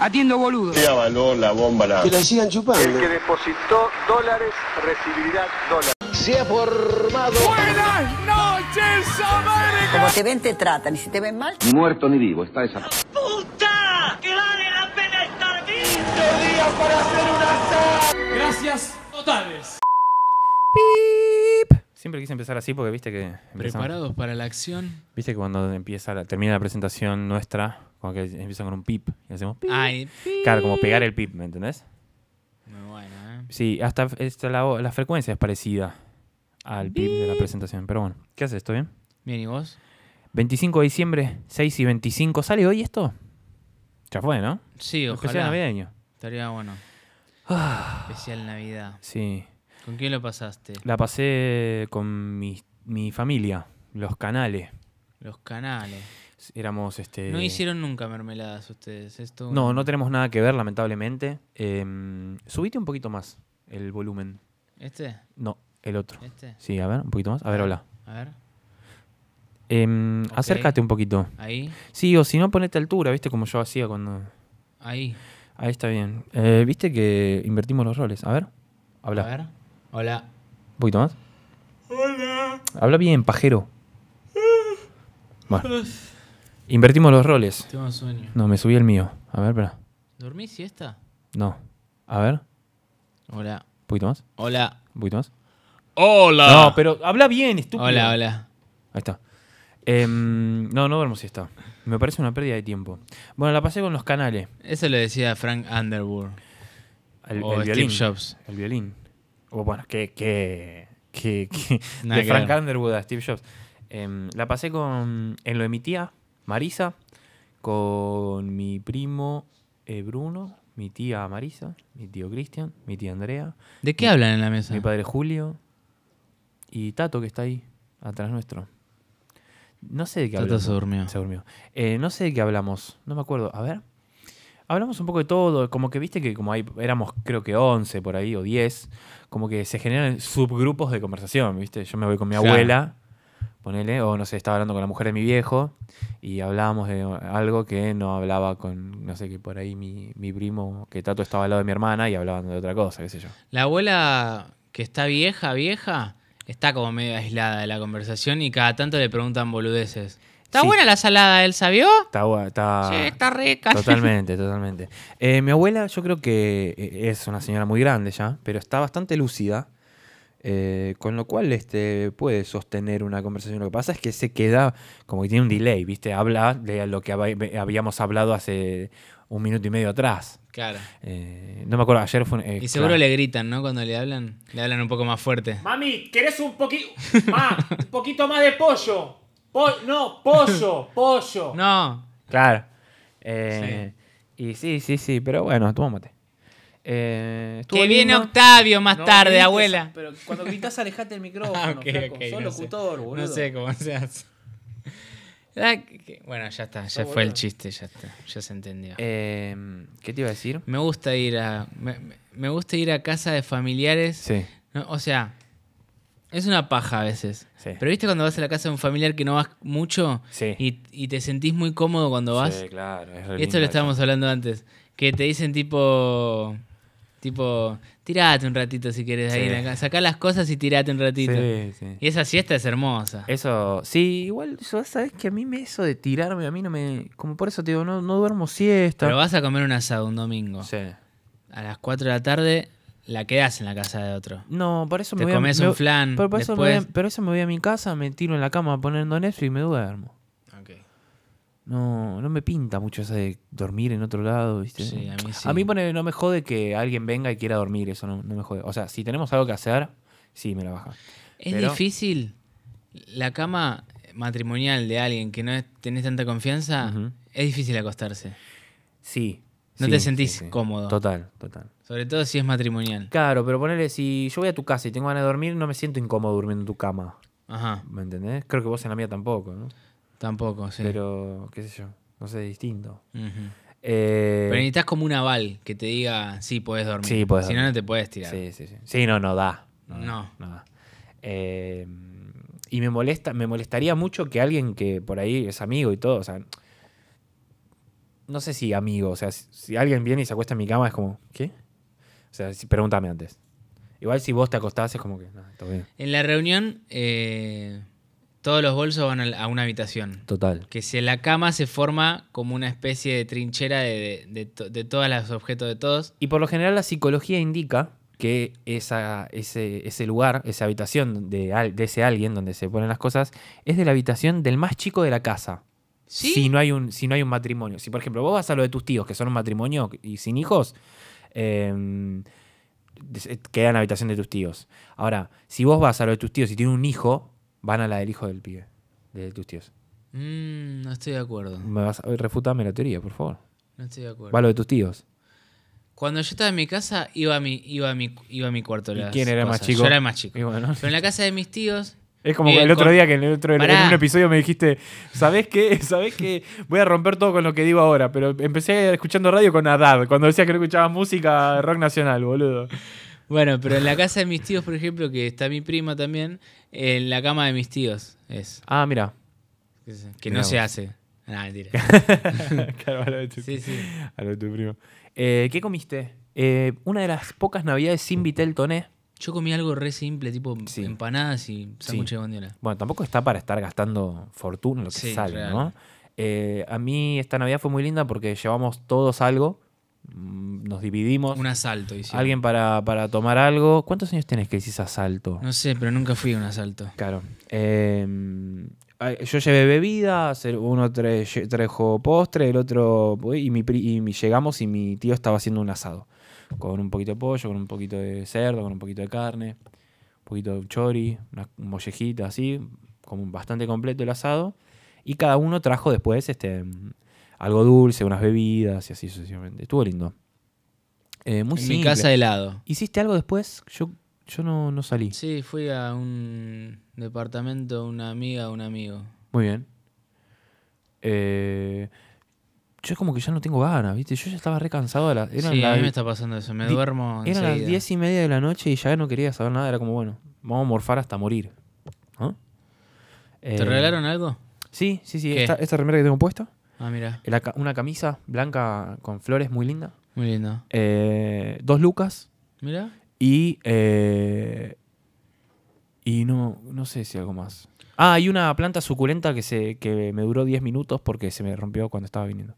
Atiendo boludo. Se avaló la bomba la... Que la sigan chupando. que depositó dólares recibirá dólares. Se ha formado. Buenas noches, América. Como te ven, te tratan. Y si te ven mal, Muerto ni vivo, está esa. ¡Puta! ¡Que vale la pena estar vivo! Gracias totales. Pip. Siempre quise empezar así porque viste que. empezamos- ¿Preparados para la acción? Viste que cuando empieza la- termina la presentación nuestra, como que empiezan con un pip y hacemos pip. Ay, Claro, como pegar el pip, ¿me entendés? muy buena, ¿eh? Sí, hasta f- esta la, la frecuencia es parecida al pip de la presentación. Pero bueno, ¿qué haces? ¿Todo bien? Bien, ¿y vos? 25 de diciembre, 6 y 25. ¿Sale hoy esto? Ya fue, ¿no? Sí, Especial ojalá. navideño. Estaría bueno. Ah. Especial Navidad. Sí. ¿Con quién lo pasaste? La pasé con mi, mi familia, los canales. Los canales. Éramos este. No hicieron nunca mermeladas ustedes. Esto No, no tenemos nada que ver, lamentablemente. Em, subite un poquito más el volumen. ¿Este? No, el otro. ¿Este? Sí, a ver, un poquito más. A ver, hola. A ver. Em, Ok. Acércate un poquito. Ahí. Sí, o si no, ponete altura, ¿viste? Como yo hacía cuando... Ahí. Ahí está bien. Eh, ¿Viste que invertimos los roles? A ver, habla. A ver. Hola. Un poquito más. Hola. Habla bien, pajero. Bueno. Invertimos los roles. Tengo sueño. No, me subí el mío. A ver, espera. ¿Dormí siesta? No. A ver, un Hola. poquito más. Hola. Un poquito más. Hola. No, pero habla bien, estúpido. Ah. Hola, hola. Ahí está. Em, no, no duermo siesta. Me parece una pérdida de tiempo. Bueno, la pasé con los canales. Eso lo decía Frank Underwood. El, O el Oh, Steve violín. Jobs. El violín. O bueno, que. que, que, que- Nada de que Frank ver. Underwood a Steve Jobs. Em, la pasé con. En lo de mi tía, Marisa. Con mi primo eh, Bruno. Mi tía Marisa. Mi tío Cristian. Mi tía Andrea. ¿De qué hablan en la mesa? Mi padre Julio. Y Tato, que está ahí, atrás nuestro. No sé de qué Tato hablamos. se durmió. Se durmió. Eh, no sé de qué hablamos. No me acuerdo. A ver. Hablamos un poco de todo. Como que viste que como ahí éramos creo que 11 por ahí o 10. Como que se generan subgrupos de conversación, ¿viste? Yo me voy con mi Claro. abuela, ponele, o no sé, estaba hablando con la mujer de mi viejo y hablábamos de algo que no hablaba con, no sé, que por ahí mi, mi primo, que Tato estaba al lado de mi hermana y hablaban de otra cosa, qué sé yo. La abuela que está vieja, vieja, está como medio aislada de la conversación y cada tanto le preguntan boludeces. ¿Está Sí. Ah, buena la salada, él sabió? Está, gua- está- Sí, está rica. Totalmente, totalmente. Eh, mi abuela, yo creo que eh, es una señora muy grande ya, pero está bastante lúcida, eh, con lo cual este, puede sostener una conversación. Lo que pasa es que se queda como que tiene un delay, ¿viste? Habla de lo que hab- habíamos hablado hace un minuto y medio atrás. Claro. Eh, no me acuerdo, ayer fue. un- eh, Y seguro claro. le gritan, ¿no? Cuando le hablan, le hablan un poco más fuerte. Mami, ¿querés un poquito más? Un poquito más de pollo. Po- no, pollo, pollo. No. Claro. Eh, Y sí, sí, sí, pero bueno, tomamos mate. Eh, estuvo Que viene lindo. Octavio más No tarde, grites, abuela. Pero cuando gritas, alejate el micrófono. Ah, ok, flaco. ok, Sos no sé. locutor, boludo. No sé cómo se hace. Ah, que- que- Bueno, ya está, Ah, ya fue el chiste, ya está, ya se entendió. Eh, ¿Qué te iba a decir? Me gusta ir a. Me, me- me gusta ir a casa de familiares. Sí. No, o sea, es una paja a veces. Sí. Pero viste cuando vas a la casa de un familiar que no vas mucho Sí. y, y te sentís muy cómodo cuando vas. Sí, claro. es re Y esto lindo lo estábamos hablando antes. Que te dicen tipo. Tipo, tirate un ratito si quieres ahí. Sí. en la ca- Sacá las cosas y tirate un ratito. Sí, sí. Y esa siesta es hermosa. Eso, sí, igual, yo sabes que a mí me eso de tirarme, a mí no me. Como por eso te digo, no, no duermo siesta. Pero vas a comer un asado un domingo. Sí. A las 4 de la tarde la quedás en la casa de otro. No, por eso Te me voy a- comes me- un flan, Pero por, eso me voy a- después- pero eso me voy a mi casa, me tiro en la cama poniendo Netflix y me duermo. No, no me pinta mucho eso de dormir en otro lado, ¿viste? Sí, a mí sí. A mí ponele, no me jode que alguien venga y quiera dormir, eso no, no me jode. O sea, si tenemos algo que hacer, sí, me la baja. Es Pero- difícil. La cama matrimonial de alguien que no es- tenés tanta confianza, Ujú. es difícil acostarse. Sí. No sí, te sí, sentís sí. cómodo. Total, total. Sobre todo si es matrimonial. Claro, pero ponele, si yo voy a tu casa y tengo ganas de dormir, no me siento incómodo durmiendo en tu cama. Ajá, ¿Me entendés? Creo que vos en la mía tampoco, ¿no? tampoco, sí. Pero, Pero, qué sé yo, no sé, distinto. Eh, Pero necesitas como un aval que te diga, sí, puedes dormir. Sí, podés si no, dormir. no te puedes tirar. sí, sí, sí. Sí, no, no da. da, No. da. Eh, y me molesta, me molestaría mucho que alguien que por ahí es amigo y todo, o sea, no sé si amigo, o sea, si, si alguien viene y se acuesta en mi cama es como, ¿qué? O sea, si, pregúntame antes. Igual si vos te acostás es como que, "Nah, todo bien. En la reunión, eh, todos los bolsos van al- a una habitación. Total. Que si en la cama se forma como una especie de trinchera de, de, de to- de todos los objetos de todos. Y por lo general la psicología indica que esa, ese, ese lugar, esa habitación de, al- de ese alguien donde se ponen las cosas, es de la habitación del más chico de la casa. ¿Sí? Si, no hay un, si no hay un matrimonio. Si, por ejemplo, vos vas a lo de tus tíos, que son un matrimonio y sin hijos, eh, des- eh, queda en la habitación de tus tíos. Ahora, si vos vas a lo de tus tíos y tienen un hijo, van a la del hijo del pibe, de tus tíos. Mm, no estoy de acuerdo. Me vas a- refutame la teoría, por favor. No estoy de acuerdo. Va a lo de tus tíos. Cuando yo estaba en mi casa, iba a mi, iba a mi, iba a mi cuarto. ¿Y las quién era el más cosas. chico? Yo era el más chico. Y bueno. Pero en la casa de mis tíos. Es como viven el otro con- día que en, el otro, en Pará. un episodio me dijiste, ¿sabés qué? ¿Sabés qué? Voy a romper todo con lo que digo ahora, pero empecé escuchando radio con Haddad, cuando decías que no escuchabas música rock nacional, boludo. Bueno, pero en la casa de mis tíos, por ejemplo, que está mi prima también, en la cama de mis tíos es. Ah, mira. Que Mirá no se vos. hace. Ah, mentira. claro, a lo de tu, Sí, sí. a lo de tu primo. Eh, ¿Qué comiste? Eh, una de las pocas navidades sin vitel toné. Yo comí algo re simple, tipo Sí. empanadas y sándwiches de bandiola. Bueno, tampoco está para estar gastando fortuna lo que Sí, sale, real. ¿no? Eh, a mí esta navidad fue muy linda porque llevamos todos algo, mm, nos dividimos. Un asalto, hicieron. Alguien para, para tomar algo. ¿Cuántos años tenés que hiciste asalto? No sé, pero nunca fui a un asalto. Claro. Eh, ay, yo llevé bebidas, el- uno tre- lle- trajo postre, el otro. Y, mi, pri- y mi- llegamos y mi tío estaba haciendo un asado. Con un poquito de pollo, con un poquito de cerdo, con un poquito de carne, un poquito de chori, una mollejita así, como bastante completo el asado. Y cada uno trajo después este, algo dulce, unas bebidas y así sucesivamente. Estuvo lindo. Eh, muy en mi simple. casa helado. ¿Hiciste algo después? Yo, yo no, no salí. Sí, fui a un departamento, una amiga, un amigo. Muy bien. Eh, yo como que ya no tengo ganas, ¿viste? Yo ya estaba re cansado. de la- eran sí, las- a mí me está pasando eso. Me di- duermo Eran enseguida. las diez y media de la noche y ya no quería saber nada. Era como, bueno, vamos a morfar hasta morir. ¿no? ¿Te Eh, regalaron algo? Sí, sí, sí. ¿Qué? Esta, esta remera que tengo puesta. Ah, mira. la ca- una camisa blanca con flores muy linda. Muy lindo. eh, dos lucas. Mira. Y. eh, y no, no sé si algo más. Ah, hay una planta suculenta que, se, que me duró 10 minutos porque se me rompió cuando estaba viniendo.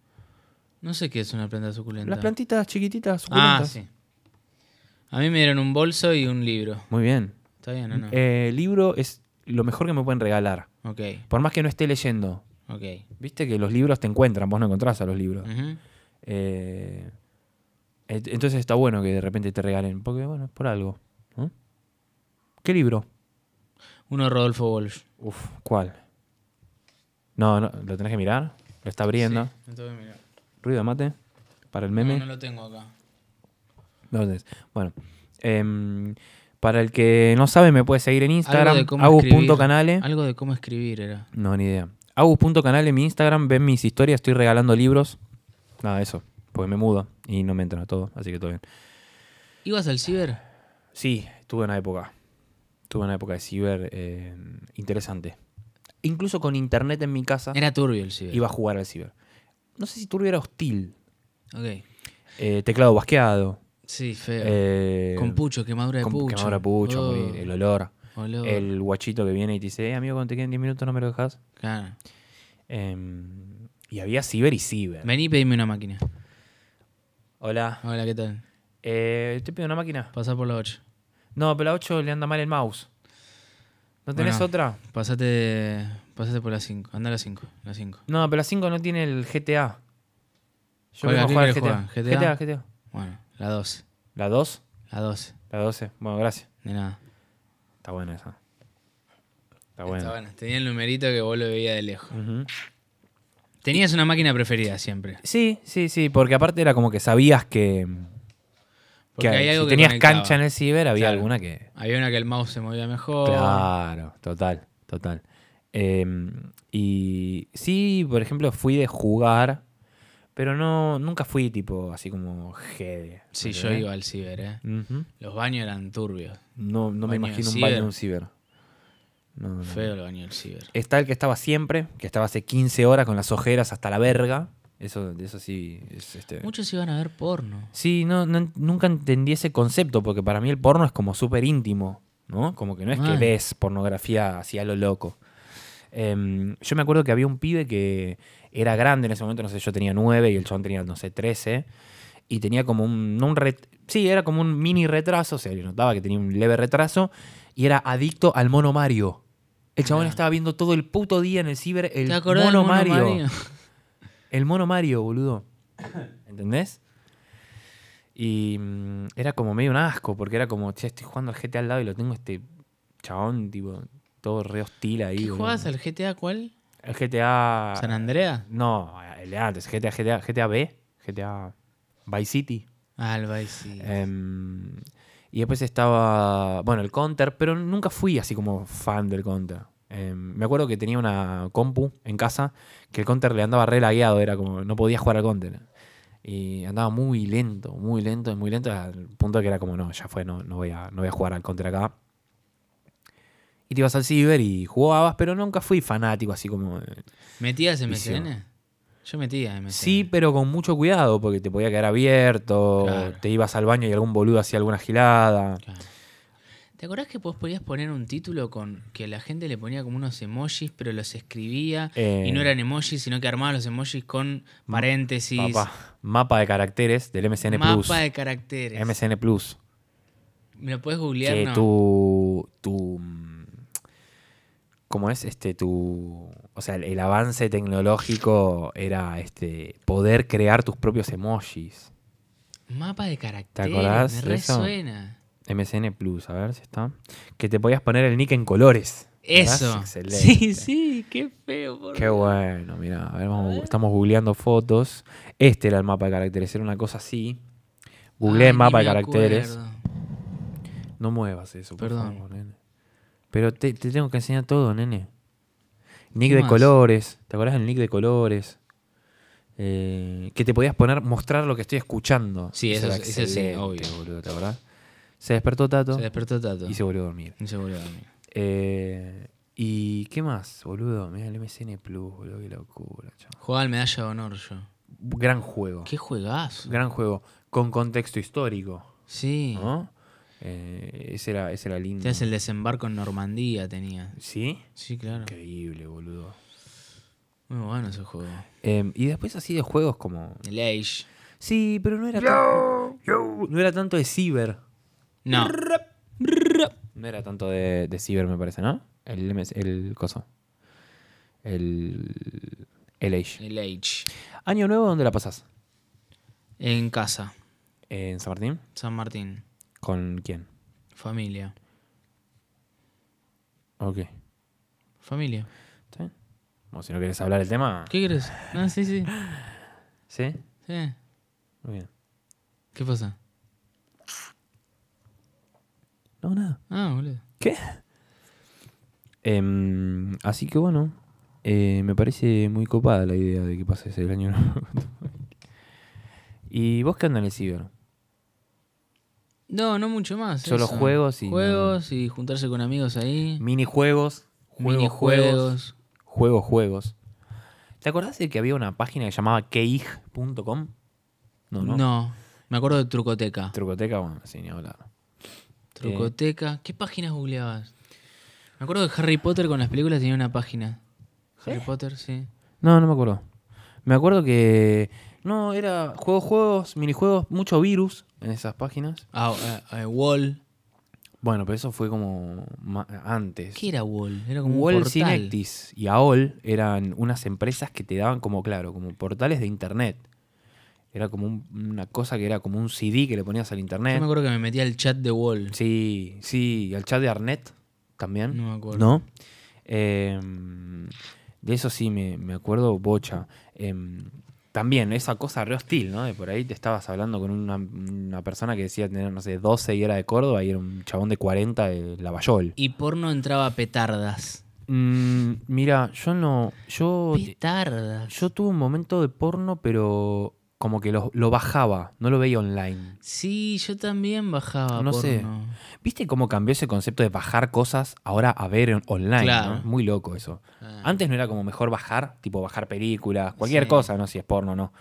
No sé qué es una planta suculenta. Las plantitas chiquititas Ah, suculentas. sí. A mí me dieron un bolso y un libro. Muy bien. ¿Está bien o no? Eh, libro es lo mejor que me pueden regalar. ok, Por más que no esté leyendo. ok. Viste que los libros te encuentran, vos no encontrás a los libros. Ujú. Eh, et- entonces está bueno que de repente te regalen, porque bueno, es por algo. ¿no? ¿Qué libro? Uno Rodolfo Walsh. Uf, ¿cuál? No, no, lo tenés que mirar. Lo está abriendo. Sí, lo tengo que mirar. Ruido de mate. Para el No, meme. no lo tengo acá. No lo tenés. Bueno. em, para el que no sabe, me puede seguir en Instagram. escribir- Agus.canale. Algo de cómo escribir era. No, ni idea. Agus.canal en mi Instagram, ven mis historias, estoy regalando libros. Nada, eso. Porque me mudo y no me entra todo, así que todo bien. ¿Ibas al ciber? Sí, tuve una época. Tuve una época de ciber eh, interesante. Incluso con internet en mi casa Era turbio el ciber. Ah. iba a jugar al ciber. No sé si turbio era hostil. Ok. Eh, teclado basqueado. Sí, feo. eh, con pucho, quemadura de con- pucho. quemadura de pucho, Oh, morir, el olor. olor. El guachito que viene y te dice, eh, amigo, cuando te queden 10 minutos no me lo dejas. Claro. Em, y había ciber y ciber. Vení y pedime una máquina. Hola. Hola, ¿qué tal? Eh, te pido una máquina. Pasá por la 8. No, pero a 8 le anda mal el mouse. ¿No tenés Bueno. otra? Pasate, pasate por la 5. Anda a la 5. La 5. No, pero la 5 no tiene el GTA. Yo Oiga, vengo a ¿qué jugar al querés GTA. jugar? GTA, GTA. GTA. Bueno, la 12. ¿La 2? La 12. La 12. Bueno, gracias. De nada. Está buena esa. Está Está buena. bueno. Tenía el numerito que vos lo veías de lejos. Ujú. Tenías una máquina preferida siempre. Sí, sí, sí, porque aparte era como que sabías que, Porque que hay algo si que tenías conectaba. cancha en el ciber, había Claro. alguna que... Había una que el mouse se movía mejor. Claro, total, total. Em, y sí, por ejemplo, fui de jugar, pero no nunca fui tipo así como GD. Sí, yo ¿entendés? iba al ciber, ¿eh? Ujú. Los baños eran turbios. No, no me Baño imagino un ciber. baño en un ciber. No, no. Feo el baño del ciber. Está el que estaba siempre, que estaba hace 15 horas con las ojeras hasta la verga. Eso, de eso sí es este. Muchos iban a ver porno. Sí, no, no- nunca entendí ese concepto, porque para mí el porno es como súper íntimo, ¿no? Como que no es que Mal. ves pornografía hacia lo loco. Em, yo me acuerdo que había un pibe que era grande en ese momento, no sé, yo tenía nueve y el chabón tenía, no sé, 13. Y tenía como un. no un ret- sí, era como un mini retraso, o sea, yo notaba que tenía un leve retraso. Y era adicto al mono Mario. El chabón estaba viendo todo el puto día en el ciber el ¿Te mono, acordás del Mono Mario. Mario? El mono Mario, boludo. ¿Entendés? Y mm, era como medio un asco, porque era como, che, estoy jugando al GTA al lado y lo tengo este chabón, tipo, todo re hostil ahí. ¿Qué boludo. jugabas al GTA cuál? El GTA. ¿San Andrea? No, el de antes, GTA, GTA, GTA B, GTA Vice City. Ah, el Vice City. Em, y después estaba, bueno, el Counter, pero nunca fui así como fan del Counter. Em, me acuerdo que tenía una compu en casa que el Counter le andaba re lagueado, era como, no podía jugar al Counter. Y andaba muy lento, muy lento, muy lento, al punto que era como, no, ya fue, no, no, voy, a, no voy a jugar al Counter acá. Y te ibas al Ciber y jugabas, pero nunca fui fanático así como... eh, ¿Metías Vicio. MSN? Yo metía MSN. Sí, pero con mucho cuidado, porque te podía quedar abierto, Claro. te ibas al baño y algún boludo hacía alguna gilada. Claro. ¿Te acordás que vos podías poner un título con que la gente le ponía como unos emojis, pero los escribía Eh. y no eran emojis, sino que armaba los emojis con paréntesis, Papá, mapa de caracteres del MSN mapa Plus. de caracteres? MSN Plus. ¿Me lo puedes googlear? Que No. tu. tu. mm, ¿Cómo es? Este, tu. O sea, el, el avance tecnológico era este. poder crear tus propios emojis. Mapa de caracteres. acordás me de eso? resuena. MSN Plus, a ver si está. Que te podías poner el nick en colores. ¿Verdad? Eso. Excelente. Sí, sí, qué feo. por Qué bueno, mira, a ver, vamos- estamos googleando fotos. Este era el mapa de caracteres, era una cosa así. Googleé Ay, ni mapa de me caracteres. acuerdo. No muevas eso, por Perdón. favor, nene. Pero te, te tengo que enseñar todo, nene. Nick ¿Qué de más? colores. ¿Te acordás del nick de colores? Eh, que te podías poner, mostrar lo que estoy escuchando. Sí, eso era es- eso sí, excelente, obvio. boludo, ¿te acordás? Se despertó Tato Se despertó Tato. y se volvió a dormir. Y se volvió a dormir. Eh, ¿Y qué más, boludo? Mira el MSN Plus, boludo, qué locura. chabón. Jugaba al medalla de honor yo. Gran juego. Qué juegazo. Gran juego. Con contexto histórico. Sí. ¿no? Eh, ese, era, ese era lindo. Tenías el desembarco en Normandía, tenía. ¿Sí? Sí, claro. Increíble, boludo. Muy bueno ese juego. Em, y después así de juegos como. El Age. Sí, pero no era tan- No era tanto de ciber. No. No era tanto de, de ciber, me parece, ¿no? El MS, el coso. El. El Age. El Age. Año nuevo, ¿dónde la pasás? En casa. En San Martín. San Martín. ¿Con quién? Familia. Ok. Familia. ¿Está bien? Bueno, si no querés hablar el tema. ¿Qué crees? No, sí, sí. ¿Sí? Sí. Muy bien. ¿Qué pasa? No, nada. Ah, boludo. ¿Qué? Em, así que bueno, eh, me parece muy copada la idea de que pases el año nuevo. ¿Y vos qué andas en el ciber? No, no mucho más. Solo eso. juegos y- Juegos y juntarse con amigos ahí. Minijuegos, juegos, juegos, Minijuegos. juegos, juegos. ¿Te acordás de que había una página que llamaba keig.com? No, no. No. Me acuerdo de Trucoteca. Trucoteca, bueno, sin ni hablar. Trucoteca. ¿Qué páginas googleabas? Me acuerdo de Harry Potter con las películas tenía una página. Harry Potter, sí. No, no me acuerdo. Me acuerdo que. No, era juegos, juegos, minijuegos, mucho virus en esas páginas. Ah, eh, eh, Wall. Bueno, pero eso fue como ma- antes. ¿Qué era Wall? Era como un Wall portal. Synectis y AOL eran unas empresas que te daban como, claro, como portales de internet. Era como un- una cosa que era como un CD que le ponías al Yo internet. me acuerdo que me metía al chat de Wall. Sí, sí, y al chat de Arnet también. No me acuerdo. ¿No? Em, de eso sí me, me acuerdo, bocha. Em, también, esa cosa re hostil, ¿no? De por ahí te estabas hablando con una, una persona que decía tener, no sé, 12 y era de Córdoba y era un chabón de 40 de Lavallol. Y porno entraba petardas. Mm, mira, yo no. Yo, Petardas. yo tuve un momento de porno, pero como que lo, lo bajaba, no lo veía online. Sí, yo también bajaba. No sé. porno. ¿Viste cómo cambió ese concepto de bajar cosas ahora a ver en- online? Claro. ¿no? Muy loco eso. Ah. Antes no era como mejor bajar, tipo bajar películas, cualquier Sí. cosa, no si es porno, no.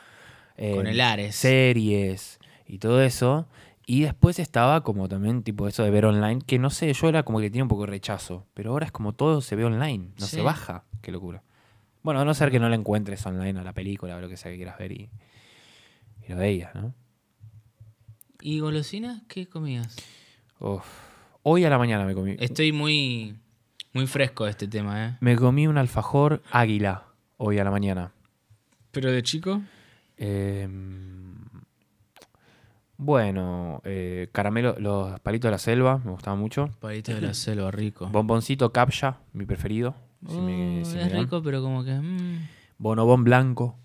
Eh, Con el Ares. Series y todo eso. Y después estaba como también tipo eso de ver online, que no sé, yo era como que tenía un poco de rechazo. Pero ahora es como todo se ve online, no Sí. se baja. Qué locura. Bueno, a no ser que no la encuentres online a la película o lo que sea que quieras ver y, y lo veías, ¿no? ¿Y golosinas? ¿Qué comías? Uf. Hoy a la mañana me comí. Estoy muy, muy fresco de este tema, ¿eh? Me comí un alfajor águila hoy a la mañana. ¿Pero de chico? Em, bueno, eh, caramelo, los palitos de la selva, me gustaban mucho. Palito de la selva, rico. Bomboncito capcha, mi preferido. si me- Uh, si me es dan. rico, pero como que... mm. Bonobón blanco.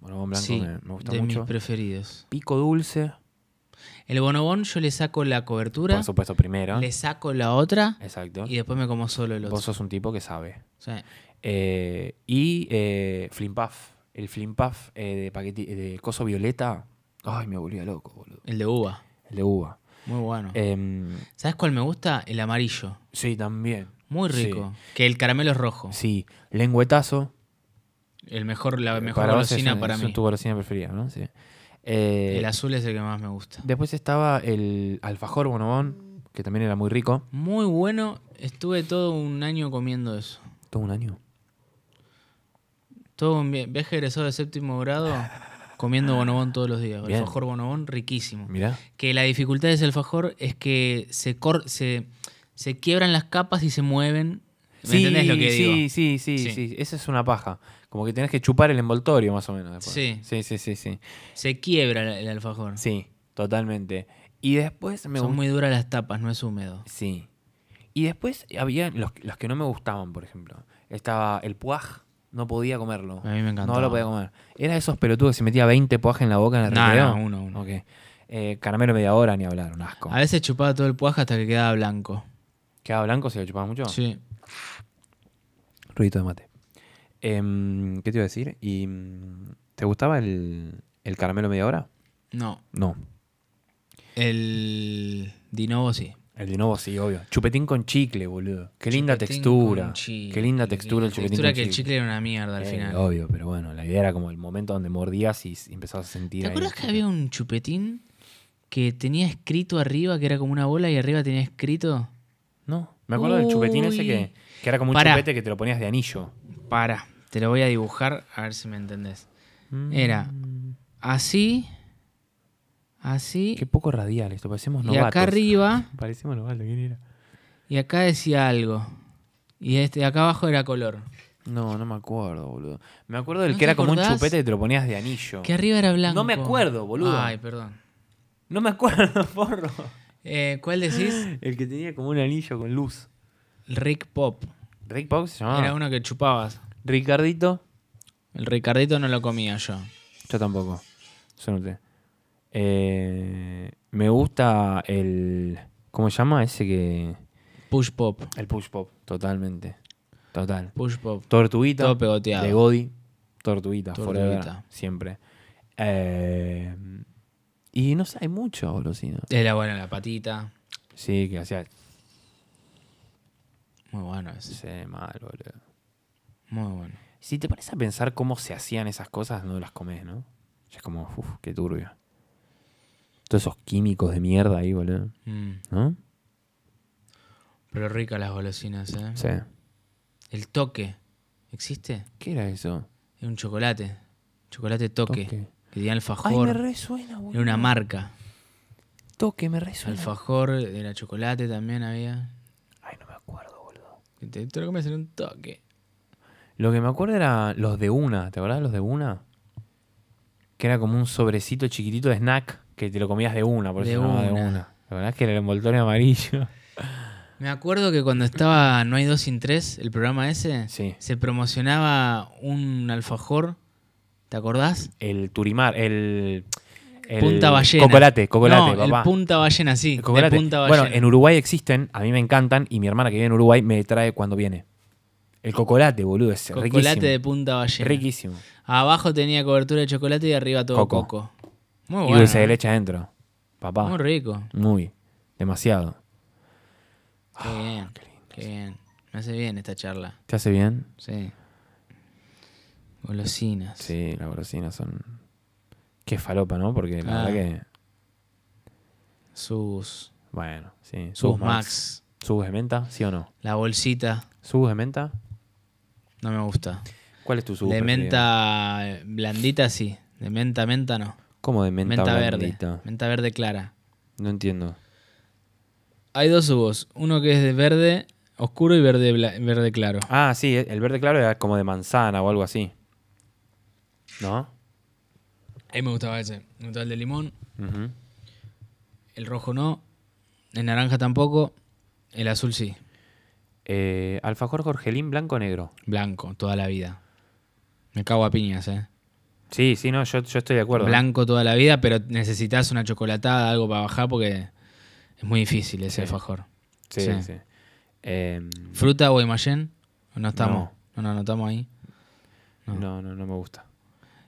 Bonobón blanco sí, me, me gusta de mucho. mis preferidos. Pico dulce, El bonobón yo le saco la cobertura, por supuesto, primero. le saco la otra Exacto. y después me como solo el otro. Vos sos un tipo que sabe. O sea, Eh, y eh, Flimpaf. El Flimpaf eh, de, paqueti- de coso violeta. Ay, me volvía loco, boludo. el de uva, El de uva. muy bueno. Em, ¿Sabes cuál me gusta? El amarillo, sí, también. muy Sí. rico. Que el caramelo es rojo. Sí, lengüetazo. El mejor, la mejor Para vos es golosina un- para es mí. tu golosina preferida, ¿no? Sí. Eh, El azul es el que más me gusta. después estaba el alfajor bonobón, que también era muy rico. Muy bueno, estuve todo un año comiendo eso. Todo un año. Todo un via- viaje egresado de séptimo grado comiendo bonobón todos los días. Bien. El fajor bonobón riquísimo. Mirá. Que la dificultad de ese alfajor es que se, cor- se, se quiebran las capas y se mueven. ¿Me entendés lo que sí, digo? Sí, sí, Sí. sí, Esa es una paja. Como que tenés que chupar el envoltorio más o menos. después. Sí. Sí, sí, sí, sí. Se quiebra el, el alfajor. Sí, totalmente. Y después me Son gust- muy duras las tapas, no es húmedo. Sí. Y después había los, los que no me gustaban, por ejemplo. Estaba el puaj, no podía comerlo. A mí me encantaba. No lo podía comer. Era de esos pelotudos que se metía 20 puajes en la boca en el No, no, recreo. uno, uno. Ok. Eh, caramelo media hora, ni hablar, un asco. A veces chupaba todo el puaje hasta que quedaba blanco. ¿Quedaba blanco si lo chupabas mucho? Sí. Ruidito de mate. Em, ¿Qué te iba a decir? ¿Y mm, te gustaba el, el caramelo media hora? No. No. El dinovo sí. El de nuevo sí, obvio. Chupetín con chicle, boludo. Qué linda Chupetín textura. con chicle, Qué linda textura el la chupetín textura con que el chicle era una mierda al Eh, final. Obvio, pero bueno, la idea era como el momento donde mordías y s- empezabas a sentir. ¿Te ahí acuerdas el que chicle. había un chupetín que tenía escrito arriba, que era como una bola y arriba tenía escrito? No, me acuerdo del chupetín ese que, Uy. que era como un Pará. chupete que te lo ponías de anillo. Para, te lo voy a dibujar a ver si me entendés. Mm. Era así, así, Qué poco radial esto, parecemos y novatos. acá arriba, Parecemos novatos, ¿quién era? y acá decía algo. Y este de acá abajo era color. No, no me acuerdo, boludo. Me acuerdo del ¿No te que era como un acordás? chupete que te lo ponías de anillo. Que arriba era blanco. No me acuerdo, boludo. Ay, perdón. No me acuerdo, porro. Eh, ¿Cuál decís? El que tenía como un anillo con luz. Rick Pop. Rick Pop se llamaba. Era uno que chupabas. Ricardito. El Ricardito no lo comía yo. Yo tampoco. Yo no te. Eh, me gusta el. ¿Cómo se llama? Ese que. Push Pop. El push pop. Totalmente. Total. Push Pop. Tortuguita. Todo pegoteado. De Godi. Tortuguita. Tortuguita. Forever. Siempre. Eh, y no sé, hay mucho golosina. Era bueno la patita. Sí, que hacía. Muy bueno ese. Se mal, boludo. Muy bueno. Si te pones a pensar cómo se hacían esas cosas, no las comes, ¿no? Ya es como, uff, qué turbio. Todos esos químicos de mierda ahí, boludo. Mm, ¿No? Pero ricas las golosinas, ¿eh? Sí. El toque. ¿Existe? ¿Qué era eso? Era un chocolate. Chocolate toque. Toque. Que tenía Ay, me alfajor. resuena, boludo. Era una marca. Toque, me resuena. Alfajor, era chocolate también había. Ay, no me acuerdo, boludo. Que Te, te lo comes en un toque. Lo que me acuerdo era los de una, ¿te acordás de los de una? Que era como un sobrecito chiquitito de snack que te lo comías de una, por De eso no de una. una. La verdad es que era el envoltorio amarillo. Me acuerdo que cuando estaba No hay dos sin tres, el programa ese, Sí. se promocionaba un alfajor. ¿Te acordás? El turimar, el. el punta ballena. Cocolate, cocolate, No, papá. El punta ballena, sí. El de cocolate. punta ballena. bueno, en Uruguay existen, a mí me encantan, y mi hermana que vive en Uruguay me trae cuando viene. El cocolate, boludo, ese. Chocolate de riquísimo. punta ballena. Riquísimo. Abajo tenía cobertura de chocolate y arriba todo coco. Coco. Muy y bueno. dulce de leche adentro. Papá. Muy rico. Muy. Demasiado. Ah, Qué bien. Qué bien. Me hace bien esta charla. ¿Te hace bien? Sí. Golosinas. Sí, las golosinas son. Qué falopa, ¿no? Porque la Ah. verdad que. Sus. Bueno, sí. Sus Subs Max. ¿Subes de menta? ¿Sí o no? La bolsita. ¿Subes de menta? No me gusta. ¿Cuál es tu sub? De preferida? menta eh, blandita, sí. De menta, menta, no. ¿Cómo de menta, Menta, verde. blandita? Menta verde clara. No entiendo. Hay dos subos. Uno que es de verde oscuro y verde, bla- verde claro. Ah, sí, el verde claro era como de manzana o algo así. ¿No? A mí me gustaba ese. Me gustaba el de limón. El rojo no. El naranja tampoco. El azul sí. Eh, alfajor Jorgelín blanco negro. Blanco, toda la vida. Me cago a piñas, eh. Sí, sí, no, yo, yo estoy de acuerdo. Blanco toda la vida, pero necesitas una chocolatada, algo para bajar, porque es muy difícil ese alfajor. Sí, sí. sí. Em, ¿Fruta o Guaymallén? No estamos. No, no, no estamos ahí. no, no, no me gusta.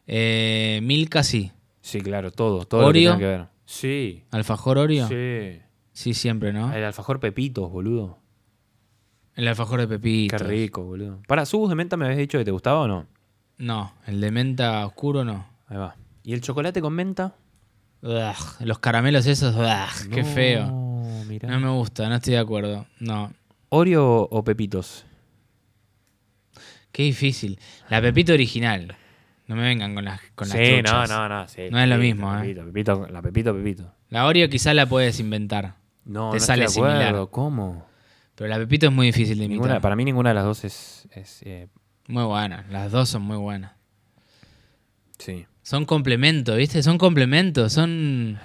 Eh, Milka sí. Sí, claro, todo, todo ¿Oreo? lo que tenga que ver. Sí. ¿Alfajor Oreo? Sí, Sí. Eh. siempre, ¿no? El alfajor Pepitos, boludo. El alfajor de Pepito. Qué rico, boludo. Para, ¿subos de menta me habías dicho que te gustaba o no? No, el de menta oscuro no. Ahí va. ¿Y el chocolate con menta? Ugh, los caramelos esos, ugh, qué feo. No, mirá. No me gusta, no estoy de acuerdo. No, ¿Oreo o Pepitos? qué difícil. La Pepito original. No me vengan con las con las sí, no, truchas. no, no. sí. No es lo Pepito, mismo, ¿eh? Pepito, Pepito, la Pepito, Pepito. La Oreo quizás la puedes inventar. No, Te no sale estoy de similar. acuerdo. ¿Cómo? Pero la Pepito es muy difícil de imitar. Ninguna- para mí ninguna de las dos es... es, eh, Muy buena, las dos son muy buenas. sí. Son complementos, ¿viste? Son complementos, son...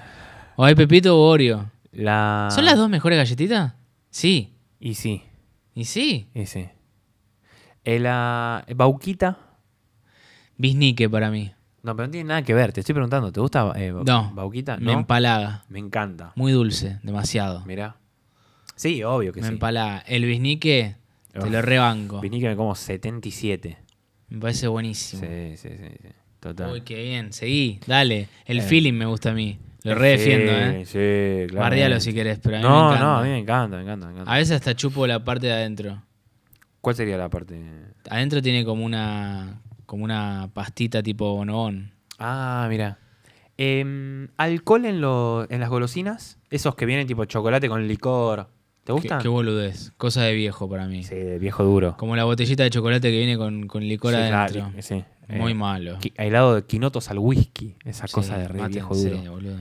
O hay Pepito o Oreo. La... ¿Son las dos mejores galletitas? Sí, Y sí, y sí. y sí. Eh, la Bauquita... Bisnique para mí. No, pero no tiene nada que ver. Te estoy preguntando, ¿te gusta eh, Ba- No, Bauquita? me No. empalaga. Me encanta. Muy dulce, demasiado. Mirá. Sí, obvio que me sí. empalaga. El bisnique, te Uf. lo rebanco. Viní que me como 77. Me parece buenísimo. Sí, sí, sí. sí. Total. Uy, qué bien, seguí, dale. El feeling me gusta a mí. Lo redefiendo, ¿eh? Eh. Sí, sí, claro. Bardealo si querés, pero a mí me No, encanta. no, a mí me encanta, me encanta, me encanta. A veces hasta chupo la parte de adentro. ¿Cuál sería la parte? Adentro tiene como una como una pastita tipo bonobón. Ah, mira. Em, ¿Alcohol en, lo- en las golosinas? Esos que vienen tipo chocolate con licor. ¿Te Qué, gustan? qué boludez, cosa de viejo para mí. sí, de viejo duro. Como la botellita de chocolate que viene con, con licor Sí, claro, adentro. li- sí. Muy Eh, malo. qui- helado de quinotos al whisky. Esa cosa Sí, de re maten, viejo sí, duro. boludo.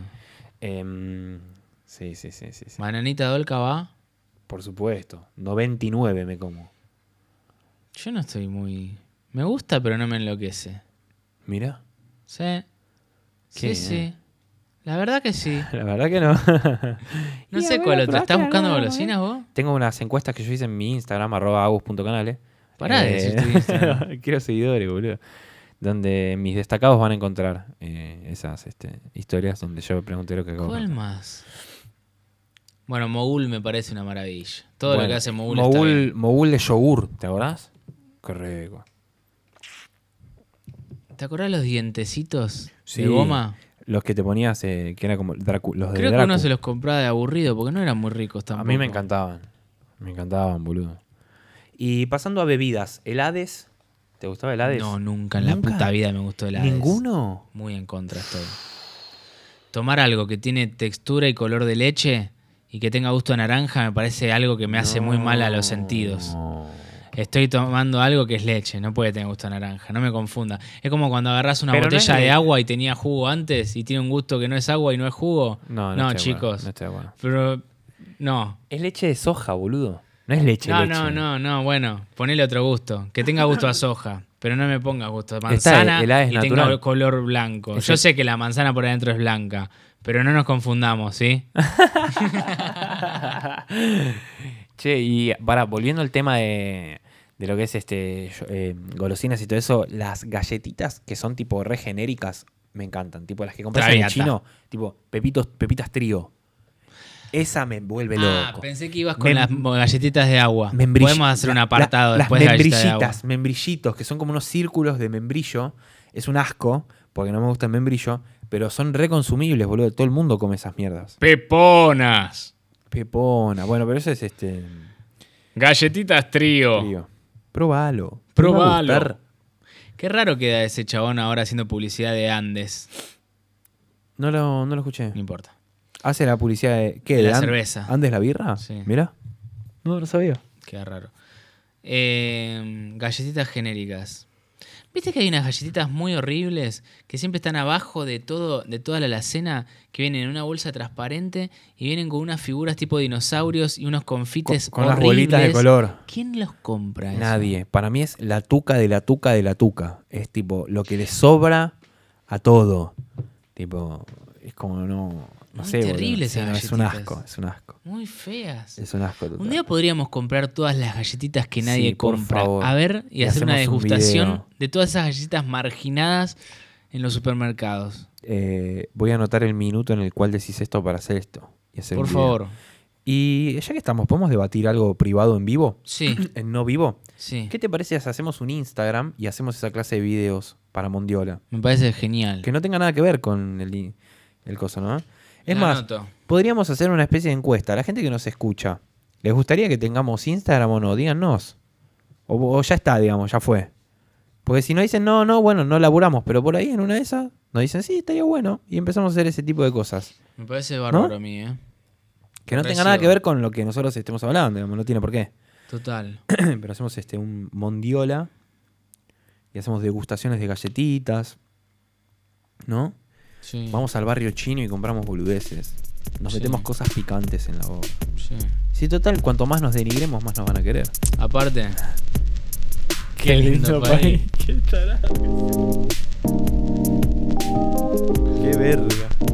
Em, sí, sí, sí, sí, sí. Bananita dolca va. Por supuesto. 99 me como. Yo no estoy muy. Me gusta, pero no me enloquece. Mira. Sí. Sí, Qué sí. La verdad que sí. La verdad que no. No Y sé ahora cuál otra. ¿Estás probaste buscando algo, golosinas vos? Tengo unas encuestas que yo hice en mi Instagram, arroba agus.canales. Pará de decir tu Instagram. Eh, Quiero seguidores, boludo. Donde mis destacados van a encontrar eh, esas este, historias donde yo pregunté lo que acabo de ¿Cuál contar. más? Bueno, Mogul me parece una maravilla. Todo lo Bueno, que hace Mogul, está bien. Mogul, Mogul de yogur, ¿te acordás? Qué rico. ¿Te acordás los dientecitos Sí. de goma? Los que te ponías, eh, que era como Dracu- los de Creo que Dracu. uno se los compraba de aburrido porque no eran muy ricos A tampoco. mí me encantaban. Me encantaban, boludo. Y pasando a bebidas, ¿el Hades? ¿Te gustaba el Hades? No, nunca en la ¿Nunca? puta vida me gustó el Hades. ¿Ninguno? Muy en contra estoy. Tomar algo que tiene textura y color de leche y que tenga gusto a naranja me parece algo que me hace muy mal a los sentidos. No. Estoy tomando algo que es leche, no puede tener gusto a naranja, no me confunda. Es como cuando agarras una Pero no botella es de le- agua y tenía jugo antes y tiene un gusto que no es agua y no es jugo. No, no, estoy de acuerdo, chicos. no estoy de acuerdo. Pero no. Es leche de soja, boludo. No es leche No, leche. no, no, no, bueno, ponele otro gusto. Que tenga gusto a soja, pero no me ponga gusto a Está, manzana el- el hada es y natural. tenga color blanco. Es Yo el- sé que la manzana por adentro es blanca, pero no nos confundamos, ¿sí? Che, y para, volviendo al tema de, de lo que es este yo- eh, golosinas y todo eso, las galletitas que son tipo re genéricas me encantan. Tipo las que compras en el Traviata. chino, tipo pepitos, pepitas trío. Esa me vuelve Ah, loco. pensé que ibas con Mem- las mo- galletitas de agua. Membrill- Ah, Podemos hacer un la- apartado la- después de las galletitas de agua. membrillitas, membrillitos, que son como unos círculos de membrillo. Es un asco, porque no me gusta el membrillo, Pero son reconsumibles, boludo. Todo el mundo come esas mierdas. Peponas. Pepona. Bueno, pero eso es este. Galletitas trío. Frío. Probalo. Te va a Oh. Probalo. gustar. Qué raro queda ese chabón ahora haciendo publicidad de Andes. No lo, no lo escuché. No importa. Hace la publicidad de. ¿Qué? De la An- cerveza. ¿Andes la birra? Sí. Mirá. No lo sabía. Queda raro. Eh, galletitas genéricas. ¿Viste que hay unas galletitas muy horribles que siempre están abajo de todo, de toda la alacena, que vienen en una bolsa transparente y vienen con unas figuras tipo dinosaurios y unos confites con unas horribles? bolitas de color. ¿Quién los compra? eso? Nadie. Para mí es la tuca de la tuca de la tuca. Es tipo lo que le sobra a todo. Tipo, es como no. No, Muy sé. boludo. terrible Sí, esas no, Es un galletitas. asco, es un asco. Muy feas. Es un asco total. Un día podríamos comprar todas las galletitas que Sí, nadie por compra. favor. A ver y, Y hacer una hacemos un degustación video. de todas esas galletitas marginadas en los supermercados. Eh, voy a anotar el minuto en el cual decís esto para hacer esto. y hacer Por un video. favor. Y ya que estamos, ¿podemos debatir algo privado en vivo? Sí, ¿En no vivo? sí. ¿Qué te parece si hacemos un Instagram y hacemos esa clase de videos para Mondiola? Me parece genial. Que no tenga nada que ver con el, el coso, ¿no? Es Lo más, anoto. podríamos hacer una especie de encuesta. La gente que nos escucha, ¿les gustaría que tengamos Instagram o no? Díganos. O, o ya está, digamos, ya fue. Porque si no dicen no, no, bueno, no laburamos. Pero por ahí en una de esas nos dicen sí, estaría bueno. Y empezamos a hacer ese tipo de cosas. Me parece bárbaro ¿No? a mí, ¿eh? Que no Re tenga nada sigo. que ver con lo que nosotros estemos hablando, digamos, no tiene por qué. Total. pero hacemos este un mondiola y hacemos degustaciones de galletitas, ¿no? Sí, Vamos al barrio chino y compramos boludeces. Nos Sí. metemos cosas picantes en la boca. sí. Sí, total, cuanto más nos denigremos, más nos van a querer. Aparte. Qué lindo país. Qué verga.